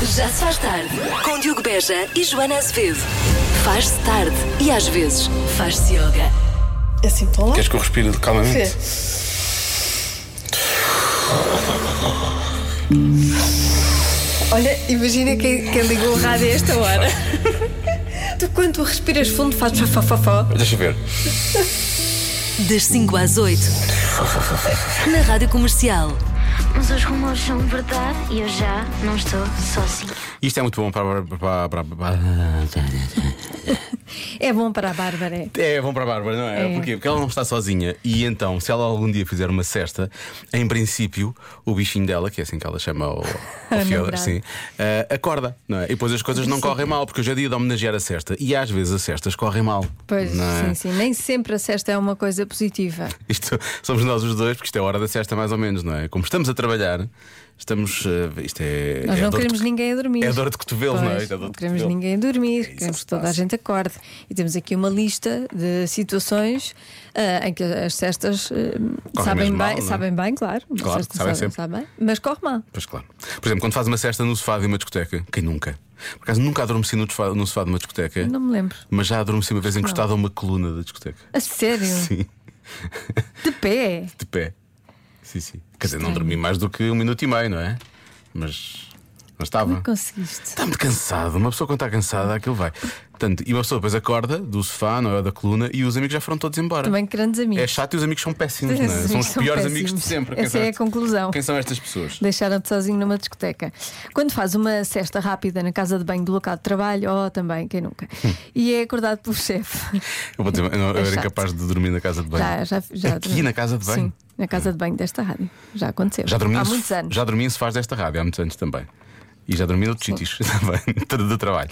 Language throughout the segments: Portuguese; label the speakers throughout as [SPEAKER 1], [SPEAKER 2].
[SPEAKER 1] Já se faz tarde. Com Diogo Beja e Joana Azevedo. Faz-se tarde e às vezes faz-se yoga.
[SPEAKER 2] É assim tão lá?
[SPEAKER 3] Queres que eu respire calmamente?
[SPEAKER 2] Sim. Olha, imagina quem, quem ligou o rádio a esta hora. tu, quando tu respiras fundo, fazes fofofofó.
[SPEAKER 3] Deixa eu ver.
[SPEAKER 1] Das 5 às 8. Na Rádio Comercial.
[SPEAKER 4] Mas os rumores são verdade e eu já não estou sozinha.
[SPEAKER 3] Isto é muito bom para. para, para, para-
[SPEAKER 2] É bom para a Bárbara. é?
[SPEAKER 3] É bom para a Bárbara, não é?
[SPEAKER 2] É.
[SPEAKER 3] Porquê? Porque ela não está sozinha e então, se ela algum dia fizer uma cesta, em princípio, o bichinho dela, que é assim que ela chama o, o Fiodor,
[SPEAKER 2] namorado.
[SPEAKER 3] sim, eh, acorda, não é? E depois as coisas não correm mal, porque hoje é dia de homenagear a cesta e às vezes as cestas correm mal.
[SPEAKER 2] Pois,
[SPEAKER 3] não é?
[SPEAKER 2] sim, sim. Nem sempre a cesta é uma coisa positiva.
[SPEAKER 3] Isto somos nós os dois, porque isto é a hora da cesta, mais ou menos, não é? Como estamos a trabalhar, estamos. eh, isto é.
[SPEAKER 2] Nós
[SPEAKER 3] é
[SPEAKER 2] não
[SPEAKER 3] dor de
[SPEAKER 2] queremos
[SPEAKER 3] co-
[SPEAKER 2] ninguém a dormir.
[SPEAKER 3] É dor de cotovelo, não é?
[SPEAKER 2] Pois,
[SPEAKER 3] Isto é dor
[SPEAKER 2] não
[SPEAKER 3] de
[SPEAKER 2] queremos
[SPEAKER 3] cotovelo.
[SPEAKER 2] ninguém a dormir,
[SPEAKER 3] É que
[SPEAKER 2] queremos
[SPEAKER 3] se
[SPEAKER 2] que toda a
[SPEAKER 3] passa.
[SPEAKER 2] gente acorde. E temos aqui uma lista de situações ah, em que as cestas ah, sabem,
[SPEAKER 3] mesmo
[SPEAKER 2] bem,
[SPEAKER 3] mal, não é?
[SPEAKER 2] sabem bem, claro. Uma
[SPEAKER 3] Claro,
[SPEAKER 2] cesta
[SPEAKER 3] sabem
[SPEAKER 2] sabe-
[SPEAKER 3] sempre.
[SPEAKER 2] sabem, mas corre mal.
[SPEAKER 3] Pois claro. Por exemplo, quando faz uma cesta no sofá de uma discoteca, quem nunca? Por acaso nunca adormeci no sofá, no sofá de uma discoteca,
[SPEAKER 2] Não me lembro.
[SPEAKER 3] mas já adormeci uma vez encostado a uma coluna da discoteca.
[SPEAKER 2] A sério?
[SPEAKER 3] Sim,
[SPEAKER 2] De pé?
[SPEAKER 3] de pé. Sim, sim. Quer dizer, não dormi mais do que um minuto e meio, não é? Mas. Não estava.
[SPEAKER 2] Conseguiste.
[SPEAKER 3] Está muito cansado. Uma pessoa quando está cansada, aquilo vai. Portanto, e uma pessoa depois acorda do sofá, não é? Ou Da coluna, e os amigos já foram todos embora.
[SPEAKER 2] Também grandes amigos.
[SPEAKER 3] É chato e os amigos são péssimos, não é?
[SPEAKER 2] Esses
[SPEAKER 3] São os
[SPEAKER 2] são
[SPEAKER 3] piores
[SPEAKER 2] péssimos.
[SPEAKER 3] amigos de sempre. Quem
[SPEAKER 2] Essa
[SPEAKER 3] são
[SPEAKER 2] é a
[SPEAKER 3] estes-
[SPEAKER 2] conclusão.
[SPEAKER 3] Quem são estas pessoas?
[SPEAKER 2] Deixaram-te sozinho numa discoteca. Quando faz uma cesta rápida na casa de banho do local de trabalho, oh, também, quem nunca?
[SPEAKER 3] Hum.
[SPEAKER 2] E é acordado pelo chefe.
[SPEAKER 3] Eu vou dizer, eu, não- eu
[SPEAKER 2] É
[SPEAKER 3] era
[SPEAKER 2] chato.
[SPEAKER 3] incapaz de dormir na casa de banho.
[SPEAKER 2] Já, já, já
[SPEAKER 3] Aqui na casa de banho?
[SPEAKER 2] Sim, na casa de banho desta rádio. Já aconteceu.
[SPEAKER 3] Já dormi
[SPEAKER 2] Há
[SPEAKER 3] em sof-
[SPEAKER 2] muitos anos.
[SPEAKER 3] Já dormi em sofás desta rádio, há muitos anos também. E já dormi em outros sítios também, tra- de trabalho.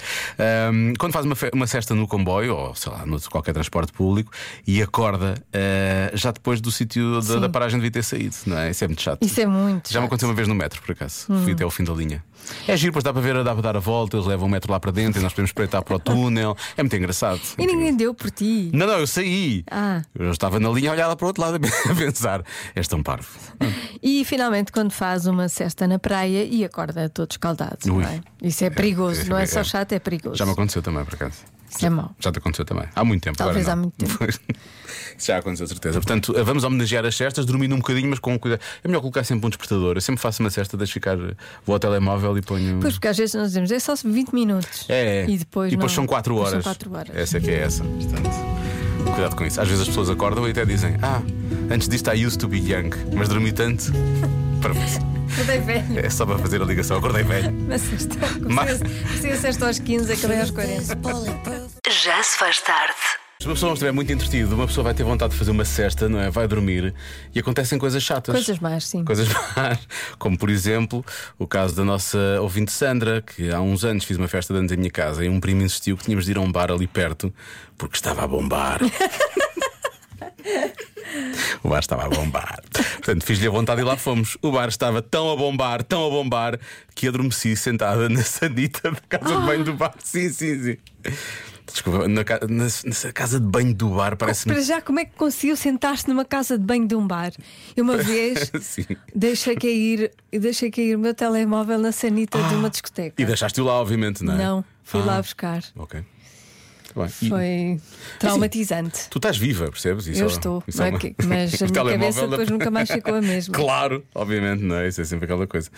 [SPEAKER 3] Ahm, quando faz uma, fe- uma cesta no comboio, ou sei lá, no qualquer transporte público, e acorda ah, já depois do sítio da, da paragem devia ter saído, não é? Isso é muito chato.
[SPEAKER 2] Isso é muito.
[SPEAKER 3] Já me
[SPEAKER 2] chato. Hum.
[SPEAKER 3] aconteceu uma vez no metro, por acaso. Fui até ao fim da linha. É giro, pois dá para ver, dá para dar a volta, eles levam o metro lá para dentro e nós podemos espreitar para o túnel. É muito engraçado.
[SPEAKER 2] E ninguém deu por ti.
[SPEAKER 3] Não, não, eu saí.
[SPEAKER 2] Ah.
[SPEAKER 3] Eu estava na linha a olhar lá para o outro lado a pensar. És tão parvo.
[SPEAKER 2] E finalmente, quando faz uma cesta na praia e acorda todo escaldado. não
[SPEAKER 3] Ui.
[SPEAKER 2] é? Isso é perigoso,
[SPEAKER 3] é,
[SPEAKER 2] não é,
[SPEAKER 3] é.
[SPEAKER 2] só chato, é perigoso.
[SPEAKER 3] Já me aconteceu também, por acaso.
[SPEAKER 2] Isso é mau.
[SPEAKER 3] Já te aconteceu também. Há muito tempo. agora
[SPEAKER 2] Talvez
[SPEAKER 3] não.
[SPEAKER 2] há muito tempo.
[SPEAKER 3] Pois. Já aconteceu, certeza. Portanto, eh, vamos homenagear as cestas, dormindo um bocadinho, mas com cuidado. É melhor colocar sempre um despertador. Eu sempre faço uma cesta, deixo ficar. Vou ao telemóvel e ponho.
[SPEAKER 2] Pois, porque às vezes nós dizemos, é só 20 minutos.
[SPEAKER 3] É, é.
[SPEAKER 2] E depois,
[SPEAKER 3] e depois
[SPEAKER 2] não.
[SPEAKER 3] são 4
[SPEAKER 2] Depois
[SPEAKER 3] horas.
[SPEAKER 2] São 4 horas.
[SPEAKER 3] Essa é que é essa. Portanto, cuidado com isso. Às vezes as pessoas acordam e até dizem: Ah, antes disto I used to be young, mas dormi tanto. Parvoíce.
[SPEAKER 2] Acordei velho
[SPEAKER 3] É só para fazer a ligação. Acordei velho.
[SPEAKER 2] na sexta.
[SPEAKER 3] É. Mas-
[SPEAKER 2] Comecei a sexta aos 15, acabei aos 40.
[SPEAKER 1] Já se faz tarde.
[SPEAKER 3] Se uma pessoa não estiver muito entretida, uma pessoa vai ter vontade de fazer uma cesta, não é? Vai dormir e acontecem coisas chatas.
[SPEAKER 2] Coisas más, sim.
[SPEAKER 3] Coisas más. Como, por exemplo, o caso da nossa ouvinte Sandra, que há uns anos fiz uma festa dentro da minha casa e um primo insistiu que tínhamos de ir a um bar ali perto porque estava a bombar. O bar estava a bombar. Portanto, fiz-lhe a vontade e lá fomos. O bar estava tão a bombar, tão a bombar, que adormeci sentada na sanita da casa de banho do bar. Sim, sim, sim. Desculpa, na, ca- na- nessa casa de banho do bar
[SPEAKER 2] Para
[SPEAKER 3] parece-me.
[SPEAKER 2] já, como é que conseguiu sentar-se numa casa de banho de um bar? Eu uma vez
[SPEAKER 3] Sim.
[SPEAKER 2] deixei cair, deixei cair o meu telemóvel na sanita de uma discoteca.
[SPEAKER 3] Ah, E deixaste-o lá, obviamente, não é?
[SPEAKER 2] Não, fui
[SPEAKER 3] Ah,
[SPEAKER 2] lá buscar.
[SPEAKER 3] Ok. Tá bem. E-
[SPEAKER 2] Foi traumatizante.
[SPEAKER 3] Tu estás viva, percebes? Isso é-
[SPEAKER 2] Eu estou,
[SPEAKER 3] isso
[SPEAKER 2] não
[SPEAKER 3] é
[SPEAKER 2] é
[SPEAKER 3] uma-
[SPEAKER 2] que- mas a
[SPEAKER 3] o
[SPEAKER 2] minha
[SPEAKER 3] telemóvel
[SPEAKER 2] cabeça
[SPEAKER 3] da-
[SPEAKER 2] depois nunca mais ficou a mesma.
[SPEAKER 3] claro, obviamente, não é? Isso é sempre aquela coisa.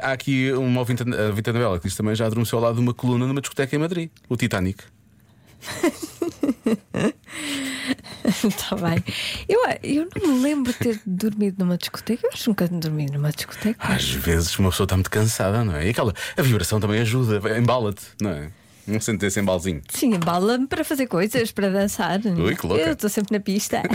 [SPEAKER 3] Ah, há aqui uma ouvinte, a ouvinte da Bela que diz também já adormeceu ao lado de uma coluna numa discoteca em Madrid, o Titanic.
[SPEAKER 2] Está Tá bem. Eu, eu não me lembro de ter dormido numa discoteca. Eu acho que nunca dormi numa discoteca.
[SPEAKER 3] Às vezes uma pessoa está muito cansada, não é? E aquela, a vibração também ajuda, embala-te, não é? Não sente esse embalzinho.
[SPEAKER 2] Sim, embala-me para fazer coisas, para dançar.
[SPEAKER 3] Ui, que louca.
[SPEAKER 2] Eu estou sempre na pista.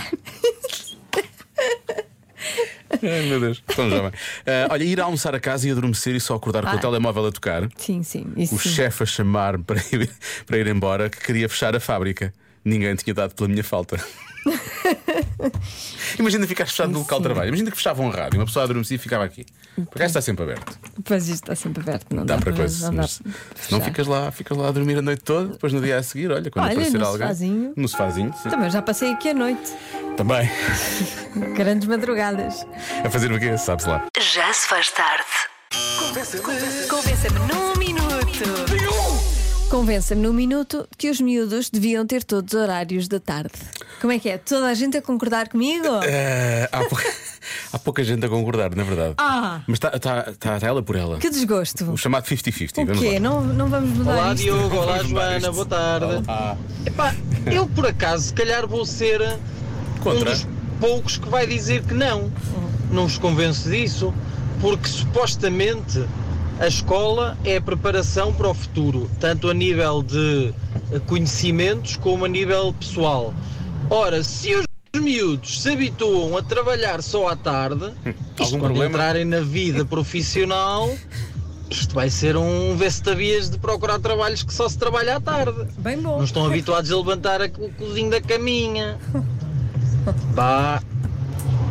[SPEAKER 3] Ai meu Deus, tão jovem. Ah, olha, ir almoçar a casa e adormecer e só acordar com o
[SPEAKER 2] Ah.
[SPEAKER 3] telemóvel a tocar.
[SPEAKER 2] Sim, sim. Isso
[SPEAKER 3] O
[SPEAKER 2] sim.
[SPEAKER 3] chefe a chamar-me para ir, para ir embora que queria fechar a fábrica. Ninguém tinha dado pela minha falta. Imagina ficar fechado no local de trabalho. Imagina que fechavam um rádio, uma pessoa adormecia e ficava aqui. Porque está sempre aberto.
[SPEAKER 2] Pois isto está sempre aberto, não dá,
[SPEAKER 3] Dá para coisas.
[SPEAKER 2] Não, dá
[SPEAKER 3] Mas
[SPEAKER 2] para
[SPEAKER 3] se não
[SPEAKER 2] fechar.
[SPEAKER 3] ficas lá, ficas lá a dormir a noite toda, depois no dia a seguir, olha, quando
[SPEAKER 2] Olha,
[SPEAKER 3] aparecer
[SPEAKER 2] no
[SPEAKER 3] alguém.
[SPEAKER 2] sofazinho.
[SPEAKER 3] No sofazinho, sim.
[SPEAKER 2] Também já passei aqui a noite,
[SPEAKER 3] Também.
[SPEAKER 2] grandes madrugadas.
[SPEAKER 3] A fazer o quê? Sabes lá.
[SPEAKER 1] Já se faz tarde.
[SPEAKER 4] Com
[SPEAKER 5] Convença-me num minuto.
[SPEAKER 2] Convença-me num minuto que os miúdos deviam ter todos os horários da tarde. Como é que é? Toda a gente a concordar comigo?
[SPEAKER 3] Eh, há, pouca, há pouca gente a concordar, na verdade.
[SPEAKER 2] Ah.
[SPEAKER 3] Mas está tá, tá- tá ela por ela.
[SPEAKER 2] Que desgosto.
[SPEAKER 3] O chamado 50-50.
[SPEAKER 2] O
[SPEAKER 3] vamos
[SPEAKER 2] quê?
[SPEAKER 3] lá.
[SPEAKER 2] Não, não vamos mudar
[SPEAKER 6] Olá
[SPEAKER 2] isto?
[SPEAKER 6] Diogo, olá
[SPEAKER 3] Vamos mudar
[SPEAKER 6] Joana,
[SPEAKER 3] isto.
[SPEAKER 6] boa tarde.
[SPEAKER 3] Ah,
[SPEAKER 6] Epá, eu por acaso, se calhar vou ser
[SPEAKER 3] Contra.
[SPEAKER 6] um dos poucos que vai dizer que não. Não vos convenço disso, porque supostamente a escola é a preparação para o futuro, tanto a nível de eh, conhecimentos como a nível pessoal. Ora, se os miúdos se habituam a trabalhar só à tarde, isto
[SPEAKER 3] Hum, algum
[SPEAKER 6] quando
[SPEAKER 3] problema?
[SPEAKER 6] entrarem na vida profissional, isto vai ser um vestabias de procurar trabalhos que só se trabalha à tarde.
[SPEAKER 2] Bem bom.
[SPEAKER 6] Não estão habituados a levantar a- o cozinho da caminha. Vá,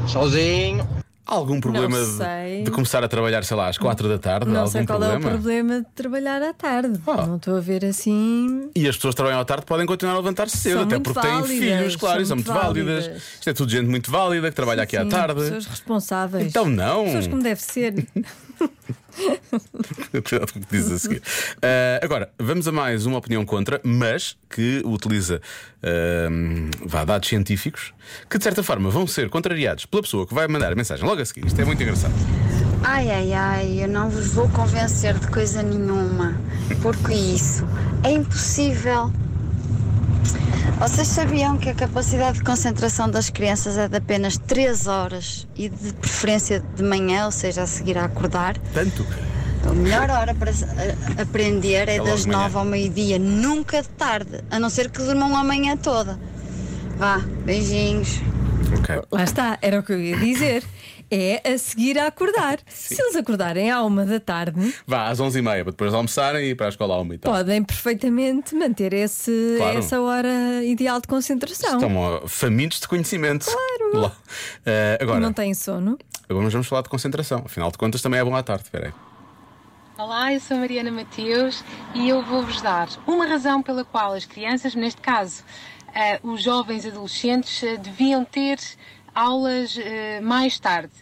[SPEAKER 6] sozinho.
[SPEAKER 3] algum problema de-
[SPEAKER 2] sei.
[SPEAKER 3] de começar a trabalhar, sei lá, às 4 da tarde?
[SPEAKER 2] Não
[SPEAKER 3] algum
[SPEAKER 2] sei qual é o problema de trabalhar à tarde.
[SPEAKER 3] Ah.
[SPEAKER 2] Não estou a ver assim.
[SPEAKER 3] E as pessoas que trabalham à tarde podem continuar a levantar-se cedo,
[SPEAKER 2] São
[SPEAKER 3] até
[SPEAKER 2] muito
[SPEAKER 3] porque têm
[SPEAKER 2] válidas,
[SPEAKER 3] filhos, claro, e são muito válidas. Isto é tudo gente muito válida que trabalha aqui
[SPEAKER 2] Sim,
[SPEAKER 3] à tarde.
[SPEAKER 2] assim, Pessoas responsáveis.
[SPEAKER 3] Então não.
[SPEAKER 2] Pessoas como deve ser.
[SPEAKER 3] Cuidado com o que diz a seguir. Ah, agora, vamos a mais uma opinião contra, mas que utiliza ahm, vá, dados científicos que, de certa forma, vão ser contrariados pela pessoa que vai mandar a mensagem logo a seguir. Isto é muito engraçado.
[SPEAKER 7] Ai, ai, ai, eu não vos vou convencer de coisa nenhuma, porque isso é impossível. Vocês sabiam que a capacidade de concentração das crianças é de apenas 3 horas e de preferência de manhã, ou seja, a seguir a acordar?
[SPEAKER 3] Tanto.
[SPEAKER 7] A melhor hora para se- a- aprender é
[SPEAKER 3] logo
[SPEAKER 7] das
[SPEAKER 3] de manhã.
[SPEAKER 7] 9 ao meio-dia, nunca de tarde, a não ser que durmam a manhã toda. Vá, beijinhos.
[SPEAKER 3] Ok.
[SPEAKER 2] Lá está, era o que eu ia dizer. É a seguir a acordar. Se eles acordarem à uma da tarde,
[SPEAKER 3] Vá às 11h30 para depois almoçarem e ir para a escola à 1 e tal.
[SPEAKER 2] podem perfeitamente manter esse,
[SPEAKER 3] Tá. Claro.
[SPEAKER 2] essa hora ideal de concentração.
[SPEAKER 3] Estão ó, famintos de conhecimento.
[SPEAKER 2] Então. Claro.
[SPEAKER 3] Lá. Ah, agora,
[SPEAKER 2] Não tá- têm sono?
[SPEAKER 3] agora vamos falar de concentração. Afinal de contas, também é bom à tarde. Espera aí.
[SPEAKER 8] Olá, eu sou Mariana Mateus e eu vou-vos dar uma razão pela qual as crianças, neste caso ah, os jovens adolescentes, ah, deviam ter aulas ah, mais tarde.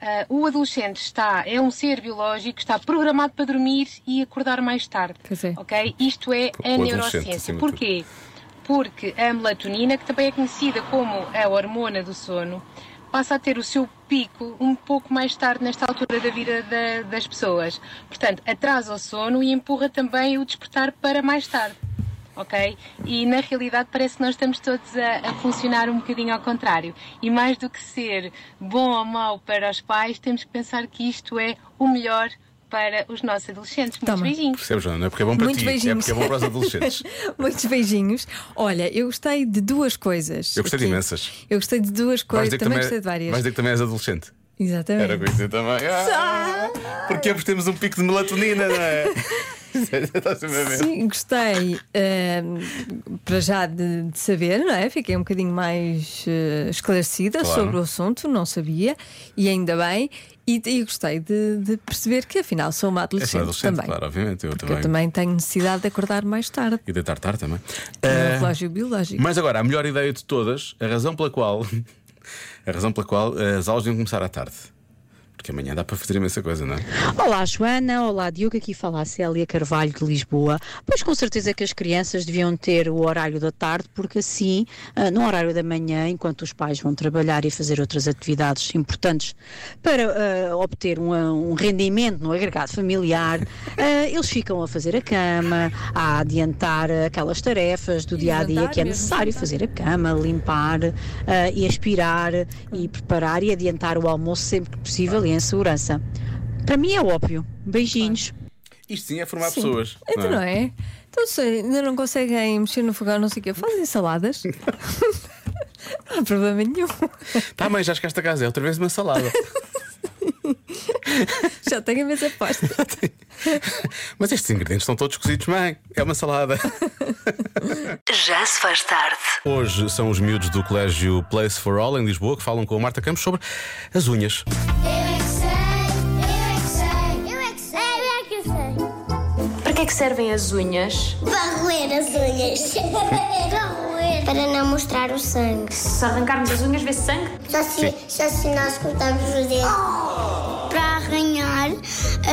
[SPEAKER 8] Ah, o adolescente está, é um ser biológico, está programado para dormir e acordar mais tarde.
[SPEAKER 2] Pois é.
[SPEAKER 8] Ok? Isto
[SPEAKER 3] O
[SPEAKER 8] é a
[SPEAKER 3] adolescente,
[SPEAKER 8] neurociência.
[SPEAKER 3] acima de
[SPEAKER 8] Porquê? Porque a melatonina, que também é conhecida como a hormona do sono, passa a ter o seu pico um pouco mais tarde nesta altura da vida da- das pessoas. Portanto, atrasa o sono e empurra também o despertar para mais tarde. Ok? E na realidade parece que nós estamos todos a, a funcionar um bocadinho ao contrário. E mais do que ser bom ou mau para os pais, temos que pensar que isto é o melhor para os nossos adolescentes. Muitos
[SPEAKER 2] Toma.
[SPEAKER 8] beijinhos.
[SPEAKER 3] Percebes, Joana? Não é porque é bom para
[SPEAKER 2] Muitos
[SPEAKER 3] ti, é
[SPEAKER 2] beijinhos.
[SPEAKER 3] porque é bom para os adolescentes.
[SPEAKER 2] Muitos beijinhos. Olha, eu gostei de duas coisas.
[SPEAKER 3] Eu gostei de
[SPEAKER 2] aqui.
[SPEAKER 3] imensas.
[SPEAKER 2] Eu gostei de duas
[SPEAKER 3] Vais
[SPEAKER 2] coisas,
[SPEAKER 3] dizer que é-
[SPEAKER 2] também, gostei de várias. É.
[SPEAKER 3] Vais dizer que também és adolescente.
[SPEAKER 2] Exatamente.
[SPEAKER 3] Era o que eu ia dizer também. Ah, porque ambos temos um pico de melatonina, não é? Está sempre a ver.
[SPEAKER 2] Sim, gostei ehm, para já de, de saber, não é? Fiquei um bocadinho mais eh, esclarecida
[SPEAKER 3] Claro.
[SPEAKER 2] sobre o assunto, não sabia, e ainda bem, e, e gostei de, de perceber que afinal sou
[SPEAKER 3] É
[SPEAKER 2] uma
[SPEAKER 3] só
[SPEAKER 2] adolescente,
[SPEAKER 3] adolescente,
[SPEAKER 2] também.
[SPEAKER 3] claro, obviamente. Eu
[SPEAKER 2] Porque
[SPEAKER 3] também.
[SPEAKER 2] eu também tenho necessidade de acordar mais tarde.
[SPEAKER 3] E deitar tarde também.
[SPEAKER 2] no
[SPEAKER 3] Ah,
[SPEAKER 2] relógio biológico.
[SPEAKER 3] mas agora, a melhor ideia de todas, a razão pela qual. A razão pela qual eh, as aulas deviam começar à tarde. Porque amanhã dá para fazer imensa coisa, não é?
[SPEAKER 9] Olá, Joana. Olá, Diogo. Aqui fala a Célia Carvalho de Lisboa. Pois com certeza que as crianças deviam ter o horário da tarde, porque assim, ah, no horário da manhã, enquanto os pais vão trabalhar e fazer outras atividades importantes para ah, obter um, ah, um rendimento no agregado familiar, ah, eles ficam a fazer a cama, a adiantar aquelas tarefas do dia a dia
[SPEAKER 2] jantar
[SPEAKER 9] que é
[SPEAKER 2] mesmo,
[SPEAKER 9] necessário
[SPEAKER 2] jantar.
[SPEAKER 9] fazer a cama, limpar ah, e aspirar e preparar e adiantar o almoço sempre que possível e em segurança. Para mim é óbvio. Beijinhos.
[SPEAKER 3] Isto sim é formar
[SPEAKER 2] Sim.
[SPEAKER 3] pessoas.
[SPEAKER 2] Então não é? Então se ainda não conseguem mexer no fogão, não sei o quê, fazem saladas. não há problema nenhum.
[SPEAKER 3] Tá, mãe, já chegaste a casa, é outra vez uma salada.
[SPEAKER 2] Já tenho a mesa posta.
[SPEAKER 3] Mas estes ingredientes estão todos cozidos, mãe. É uma salada.
[SPEAKER 1] Já se faz tarde.
[SPEAKER 3] Hoje são os miúdos do Colégio Place for All em Lisboa que falam com a Marta Campos sobre as unhas.
[SPEAKER 10] é é
[SPEAKER 5] Para que é que servem as unhas?
[SPEAKER 10] Para roer as unhas. Para
[SPEAKER 11] um
[SPEAKER 10] roer. Para não mostrar o sangue.
[SPEAKER 5] Se arrancarmos as unhas, vê-se sangue?
[SPEAKER 11] Oh!
[SPEAKER 10] Só se, só se nós cortarmos o dedo. Para arranhar,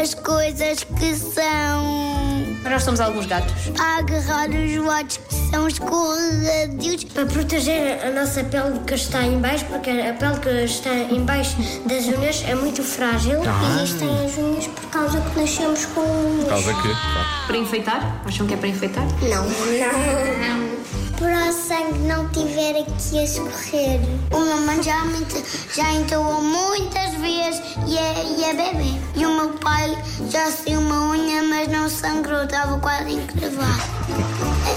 [SPEAKER 10] as coisas que são.
[SPEAKER 5] Nós somos alguns gatos.
[SPEAKER 10] a agarrar os votos que são escorregadios.
[SPEAKER 11] Para proteger a nossa pele que está em baixo, porque a pele que está em baixo das unhas é muito frágil.
[SPEAKER 10] E isto tem as unhas por causa que nascemos com unhas.
[SPEAKER 3] Ah. Por causa que. Claro.
[SPEAKER 5] Para enfeitar? Acham que é para enfeitar?
[SPEAKER 10] Não, não. Para o sangue não tiver aqui a escorrer. O mamãe já, me ent- já entoou muitas vezes e é, e é bebê. E o meu pai já saiu uma unha, mas não sangrou, estava quase encravado.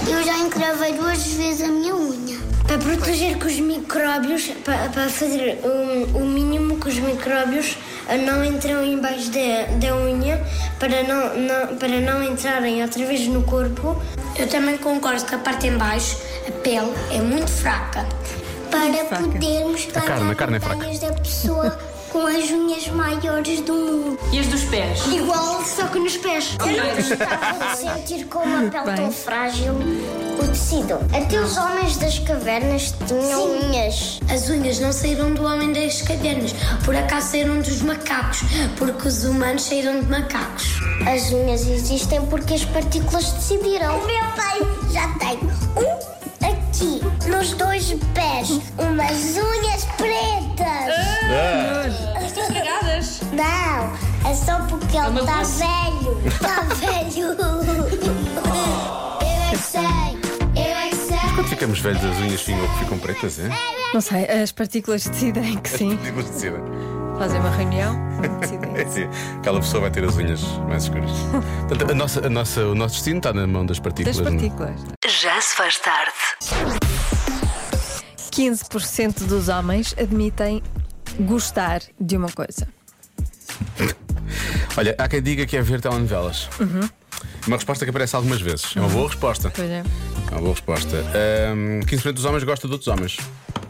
[SPEAKER 10] Eu já encravei duas vezes a minha unha.
[SPEAKER 11] Para proteger que os micróbios, para, para fazer um- o mínimo que os micróbios ah, não entram embaixo da, da unha, para não, não- para não entrarem outra vez no corpo. Eu também concordo que a parte em baixo, a pele, é muito fraca.
[SPEAKER 10] Para podermos
[SPEAKER 3] A carne, a carne é fraca.
[SPEAKER 10] batalhas da pessoa com as unhas maiores do mundo.
[SPEAKER 5] E as dos pés?
[SPEAKER 10] Igual, só que nos pés. Eu não gostava de sentir como a pele tão frágil o tecido. Até os homens das cavernas tinham unhas.
[SPEAKER 11] As unhas não saíram do homem das cavernas, por acaso saíram dos macacos, porque os humanos saíram de macacos.
[SPEAKER 10] As unhas existem porque as partículas decidiram. O meu pai já tem um aqui, nos dois pés, umas unhas pretas.
[SPEAKER 5] Cagadas.
[SPEAKER 10] Não, é só porque ele está velho. Está velho. Eu é que sei, eu é que sei.
[SPEAKER 3] Quando ficamos velhos, as unhas ficam, ficam pretas, é?
[SPEAKER 2] Não sei, as partículas decidem que sim.
[SPEAKER 3] Partículas de seda.
[SPEAKER 2] Fazem uma reunião e decidem.
[SPEAKER 3] É assim, Aquela pessoa vai ter as unhas mais escuras. Portanto, a nossa, a nossa- o nosso destino está na mão das partículas.
[SPEAKER 2] Das
[SPEAKER 3] não é?
[SPEAKER 2] partículas.
[SPEAKER 1] Já se faz tarde.
[SPEAKER 2] 15% dos homens admitem gostar de uma coisa.
[SPEAKER 3] Olha, há quem diga que é ver telenovelas.
[SPEAKER 2] Uhum.
[SPEAKER 3] Uma resposta que aparece algumas vezes. É uma boa resposta.
[SPEAKER 2] Pois é.
[SPEAKER 3] É uma boa resposta. Ahm, 15% dos homens gosta de outros homens.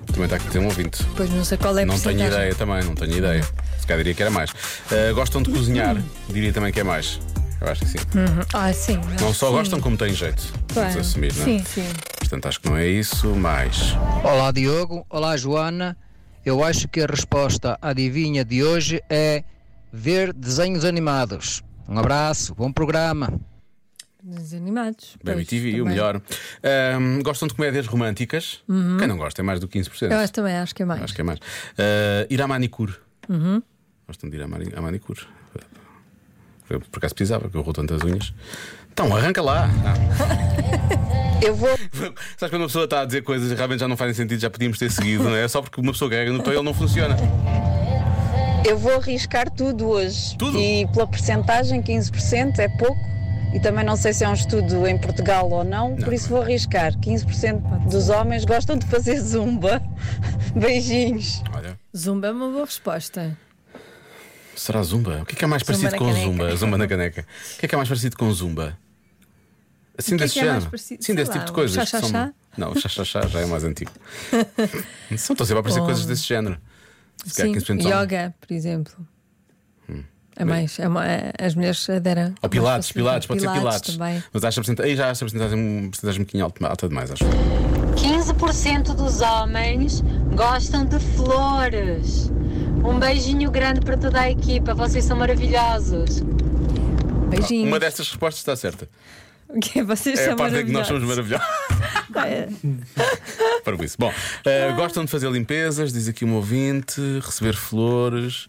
[SPEAKER 3] Também está aqui a dizer um ouvinte.
[SPEAKER 2] Pois não sei qual é a
[SPEAKER 3] não tenho
[SPEAKER 2] porcentagem.
[SPEAKER 3] ideia também, não tenho ideia. Se calhar diria que era mais. Ah, gostam de cozinhar,
[SPEAKER 2] Hum.
[SPEAKER 3] diria também que é mais. Eu acho que sim.
[SPEAKER 2] Uhum. Ah, sim.
[SPEAKER 3] Não só gostam, como têm jeito. Vamos
[SPEAKER 2] Claro.
[SPEAKER 3] assumir, não é?
[SPEAKER 2] Sim, sim.
[SPEAKER 3] Portanto, acho que não é isso, mas.
[SPEAKER 12] Olá Diogo, olá Joana. Eu acho que a resposta à adivinha de hoje é ver desenhos animados. Um abraço, bom programa.
[SPEAKER 2] Desenhos animados.
[SPEAKER 3] Baby
[SPEAKER 2] Pois,
[SPEAKER 3] TV, o
[SPEAKER 2] também.
[SPEAKER 3] melhor. Ahm, gostam de comédias românticas? Quem não gosta? É mais do que 15%.
[SPEAKER 2] Uhum. Eu acho também, acho que é mais.
[SPEAKER 3] Acho que é mais. Ah, ir à manicure.
[SPEAKER 2] Uhum.
[SPEAKER 3] Gostam de ir à, mani- à manicure. Eu, por acaso pisava, porque eu rolo tantas unhas. Então, arranca lá.
[SPEAKER 9] Eu vou.
[SPEAKER 3] Sabes quando uma pessoa está a dizer coisas e realmente já não fazem sentido, já podíamos ter seguido, não é? Só porque uma pessoa carrega no botão e ele não funciona.
[SPEAKER 13] Eu vou arriscar tudo hoje.
[SPEAKER 3] Tudo?
[SPEAKER 13] E pela porcentagem, 15% é pouco. E também não sei se é um estudo em Portugal ou não, por isso vou arriscar. 15% dos homens gostam de fazer zumba. Beijinhos.
[SPEAKER 3] Olha,
[SPEAKER 2] Zumba é uma boa resposta.
[SPEAKER 3] será zumba? O que é, que é mais
[SPEAKER 2] Zumba
[SPEAKER 3] parecido
[SPEAKER 2] na
[SPEAKER 3] com
[SPEAKER 2] caneca.
[SPEAKER 3] zumba? Zumba na caneca. O que é que é mais parecido com zumba? Assim
[SPEAKER 2] O que é
[SPEAKER 3] desse
[SPEAKER 2] que é mais
[SPEAKER 3] género.
[SPEAKER 2] parecido?
[SPEAKER 3] Sim,
[SPEAKER 2] Sei
[SPEAKER 3] desse
[SPEAKER 2] lá,
[SPEAKER 3] tipo de
[SPEAKER 2] um
[SPEAKER 3] coisas. que
[SPEAKER 2] chá-chá-chá?
[SPEAKER 3] são- Não, o chá-chá-chá já é mais antigo. São estão sempre a aparecer
[SPEAKER 2] Oh.
[SPEAKER 3] coisas desse género. Se calhar
[SPEAKER 2] Sim,
[SPEAKER 3] 15% são-
[SPEAKER 2] yoga, por exemplo. É mais. é uma- é- as mulheres aderem.
[SPEAKER 3] Ou Pilates, Pilates, pode ser Pilates. Ah,
[SPEAKER 2] também.
[SPEAKER 3] Mas acho que aí já acho a porcentagem um porcentagem um bocadinho alta, alta demais, acho.
[SPEAKER 14] 15% dos homens gostam de flores. Um beijinho grande para toda a equipa, vocês são maravilhosos.
[SPEAKER 2] Beijinhos.
[SPEAKER 3] Uma destas respostas está certa.
[SPEAKER 2] O que é Ah, vocês
[SPEAKER 3] é a
[SPEAKER 2] são
[SPEAKER 3] parte em que nós somos maravilhosos.
[SPEAKER 2] maravilhosos.
[SPEAKER 3] Para isso. Bom,
[SPEAKER 2] Ah.
[SPEAKER 3] eh, gostam de fazer limpezas, diz aqui um ouvinte, receber flores.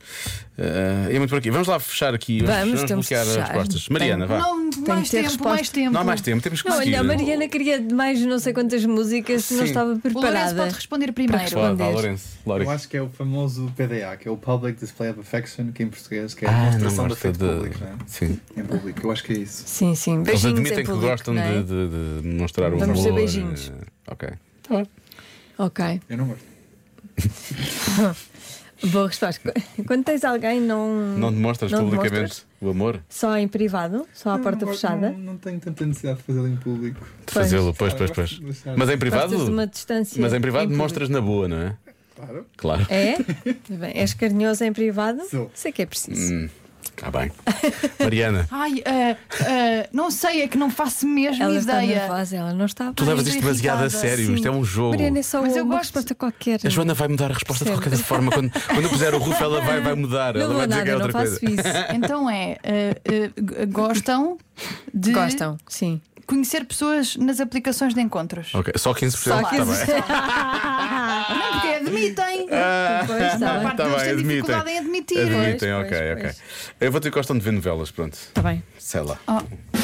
[SPEAKER 3] eh, é muito por aqui. Vamos lá fechar aqui.
[SPEAKER 2] Vamos, temos de
[SPEAKER 3] bloquear as
[SPEAKER 2] fechar.
[SPEAKER 3] respostas. Mariana, vá.
[SPEAKER 2] Não, Tem mais que ter tempo, resposta. mais tempo.
[SPEAKER 3] Não há mais tempo, temos que
[SPEAKER 2] Não,
[SPEAKER 3] seguir.
[SPEAKER 2] olha, a Mariana queria mais não sei quantas músicas,
[SPEAKER 3] Sim.
[SPEAKER 2] não estava preparada.
[SPEAKER 15] pode
[SPEAKER 2] responder
[SPEAKER 3] Pode, vá, Lourenço. Lórico.
[SPEAKER 16] Eu acho que é o famoso PDA, que é o Public Display of Affection, que em português que é a
[SPEAKER 3] Ah, não
[SPEAKER 16] demonstração de
[SPEAKER 3] gosta
[SPEAKER 16] afeto
[SPEAKER 3] de-
[SPEAKER 16] público, não é?
[SPEAKER 3] Sim.
[SPEAKER 16] Em público, eu acho que é isso.
[SPEAKER 2] Sim, sim.
[SPEAKER 3] Eles
[SPEAKER 2] Beijinhos
[SPEAKER 3] admitem
[SPEAKER 2] em
[SPEAKER 3] que
[SPEAKER 2] público,
[SPEAKER 3] gostam
[SPEAKER 2] não é?
[SPEAKER 3] de, de- de mostrar o
[SPEAKER 2] Vamos dizer
[SPEAKER 3] amor,
[SPEAKER 2] beijinhos.
[SPEAKER 3] eh, Ok.
[SPEAKER 2] Ok.
[SPEAKER 16] Eu não gosto.
[SPEAKER 2] Boa resposta. Quando tens alguém, não.
[SPEAKER 3] Não demonstras
[SPEAKER 2] Hum. não
[SPEAKER 3] publicamente
[SPEAKER 2] demonstras?
[SPEAKER 3] o amor?
[SPEAKER 2] Só em privado? Só à porta fechada?
[SPEAKER 16] Não, não tenho tanta necessidade de fazê-lo em público.
[SPEAKER 3] De fazê-lo, pois, pois, pois. Mas em privado.
[SPEAKER 2] Gostas de uma distância
[SPEAKER 3] Mas em privado
[SPEAKER 2] em público.
[SPEAKER 3] demonstras na boa, não é? Claro. Claro.
[SPEAKER 2] É? Tá bem. És carinhoso em privado? Sei que é preciso.
[SPEAKER 3] Hum, Está bem. Mariana,
[SPEAKER 15] Ai, ah, ah, não sei, é que não faço mesmo
[SPEAKER 2] Ela está
[SPEAKER 15] ideia.
[SPEAKER 2] nervosa, ela não está
[SPEAKER 3] tu levas isto demasiado a sério. Isto é um jogo.
[SPEAKER 2] Mariana, é só Mas eu gosto de qualquer.
[SPEAKER 3] A Joana vai mudar a resposta de qualquer forma. Quando, quando eu puser o Rufo, ela vai, vai mudar. ela vai dizer que é outra coisa.
[SPEAKER 15] Então é, ah, ah, gostam de.
[SPEAKER 2] Gostam, sim.
[SPEAKER 15] Conhecer pessoas nas aplicações de encontros.
[SPEAKER 3] Ok, Só 15%.
[SPEAKER 15] Só
[SPEAKER 3] Está Tá bem.
[SPEAKER 15] Não, porque é admitem.
[SPEAKER 3] Ah,
[SPEAKER 15] Pois,
[SPEAKER 3] tá
[SPEAKER 15] a maior parte
[SPEAKER 3] bem,
[SPEAKER 15] deles tem
[SPEAKER 3] admitem.
[SPEAKER 15] dificuldade em admitir.
[SPEAKER 3] Admitem, ok, ok. Eu vou ter que gostam de ver novelas, pronto.
[SPEAKER 15] Tá
[SPEAKER 3] Está
[SPEAKER 2] bem.
[SPEAKER 3] Sei lá.
[SPEAKER 15] Oh,
[SPEAKER 3] Não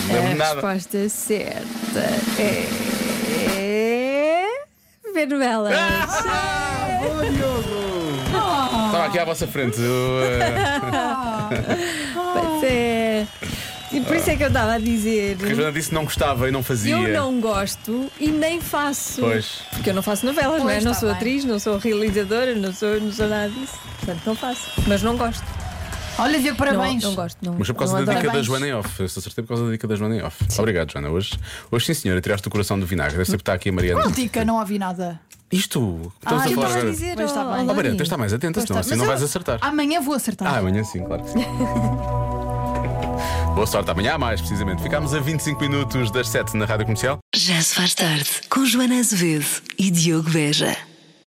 [SPEAKER 3] lembro
[SPEAKER 2] a
[SPEAKER 3] nada.
[SPEAKER 2] resposta certa é. Ver novelas.
[SPEAKER 3] Ah! Estava aqui à vossa frente. Eu, eh,
[SPEAKER 2] Pois é. E por isso é que eu estava a dizer.
[SPEAKER 3] Porque a Joana disse que não gostava e não fazia.
[SPEAKER 2] Eu não gosto e nem faço.
[SPEAKER 3] Pois.
[SPEAKER 2] Porque eu não faço novelas, não é?
[SPEAKER 15] Pois,
[SPEAKER 2] Não
[SPEAKER 15] tá
[SPEAKER 2] sou
[SPEAKER 15] bem.
[SPEAKER 2] atriz, não sou realizadora, não sou, não sou nada disso. Portanto, não faço. Mas não gosto.
[SPEAKER 15] Olha, Diogo, parabéns.
[SPEAKER 2] Não, não gosto, não.
[SPEAKER 3] Mas foi por causa
[SPEAKER 2] não
[SPEAKER 3] da
[SPEAKER 2] adoro.
[SPEAKER 3] dica da Joana em off. Eu só acertei é por causa da dica da Joana em off. Obrigado, Joana. Hoje, hoje sim, senhora, tiraste o coração do vinagre. Deve ser que está aqui a Mariana.
[SPEAKER 15] Qual dica? Não ouvi nada.
[SPEAKER 3] Isto, estamos a falar agora.
[SPEAKER 15] Pois
[SPEAKER 2] oh,
[SPEAKER 15] está bem.
[SPEAKER 3] Ó, Mariana, tens de estar mais atenta,
[SPEAKER 15] Pois
[SPEAKER 3] senão
[SPEAKER 9] tá,
[SPEAKER 15] está.
[SPEAKER 3] assim não
[SPEAKER 15] Mas
[SPEAKER 3] vais
[SPEAKER 15] eu-
[SPEAKER 3] acertar.
[SPEAKER 15] Amanhã vou acertar.
[SPEAKER 3] Ah, amanhã sim, claro que sim. Boa sorte, amanhã há mais, precisamente. Ficámos a 25 minutos das 7 na rádio comercial.
[SPEAKER 1] Já se faz tarde com Joana Azevedo e Diogo Beja.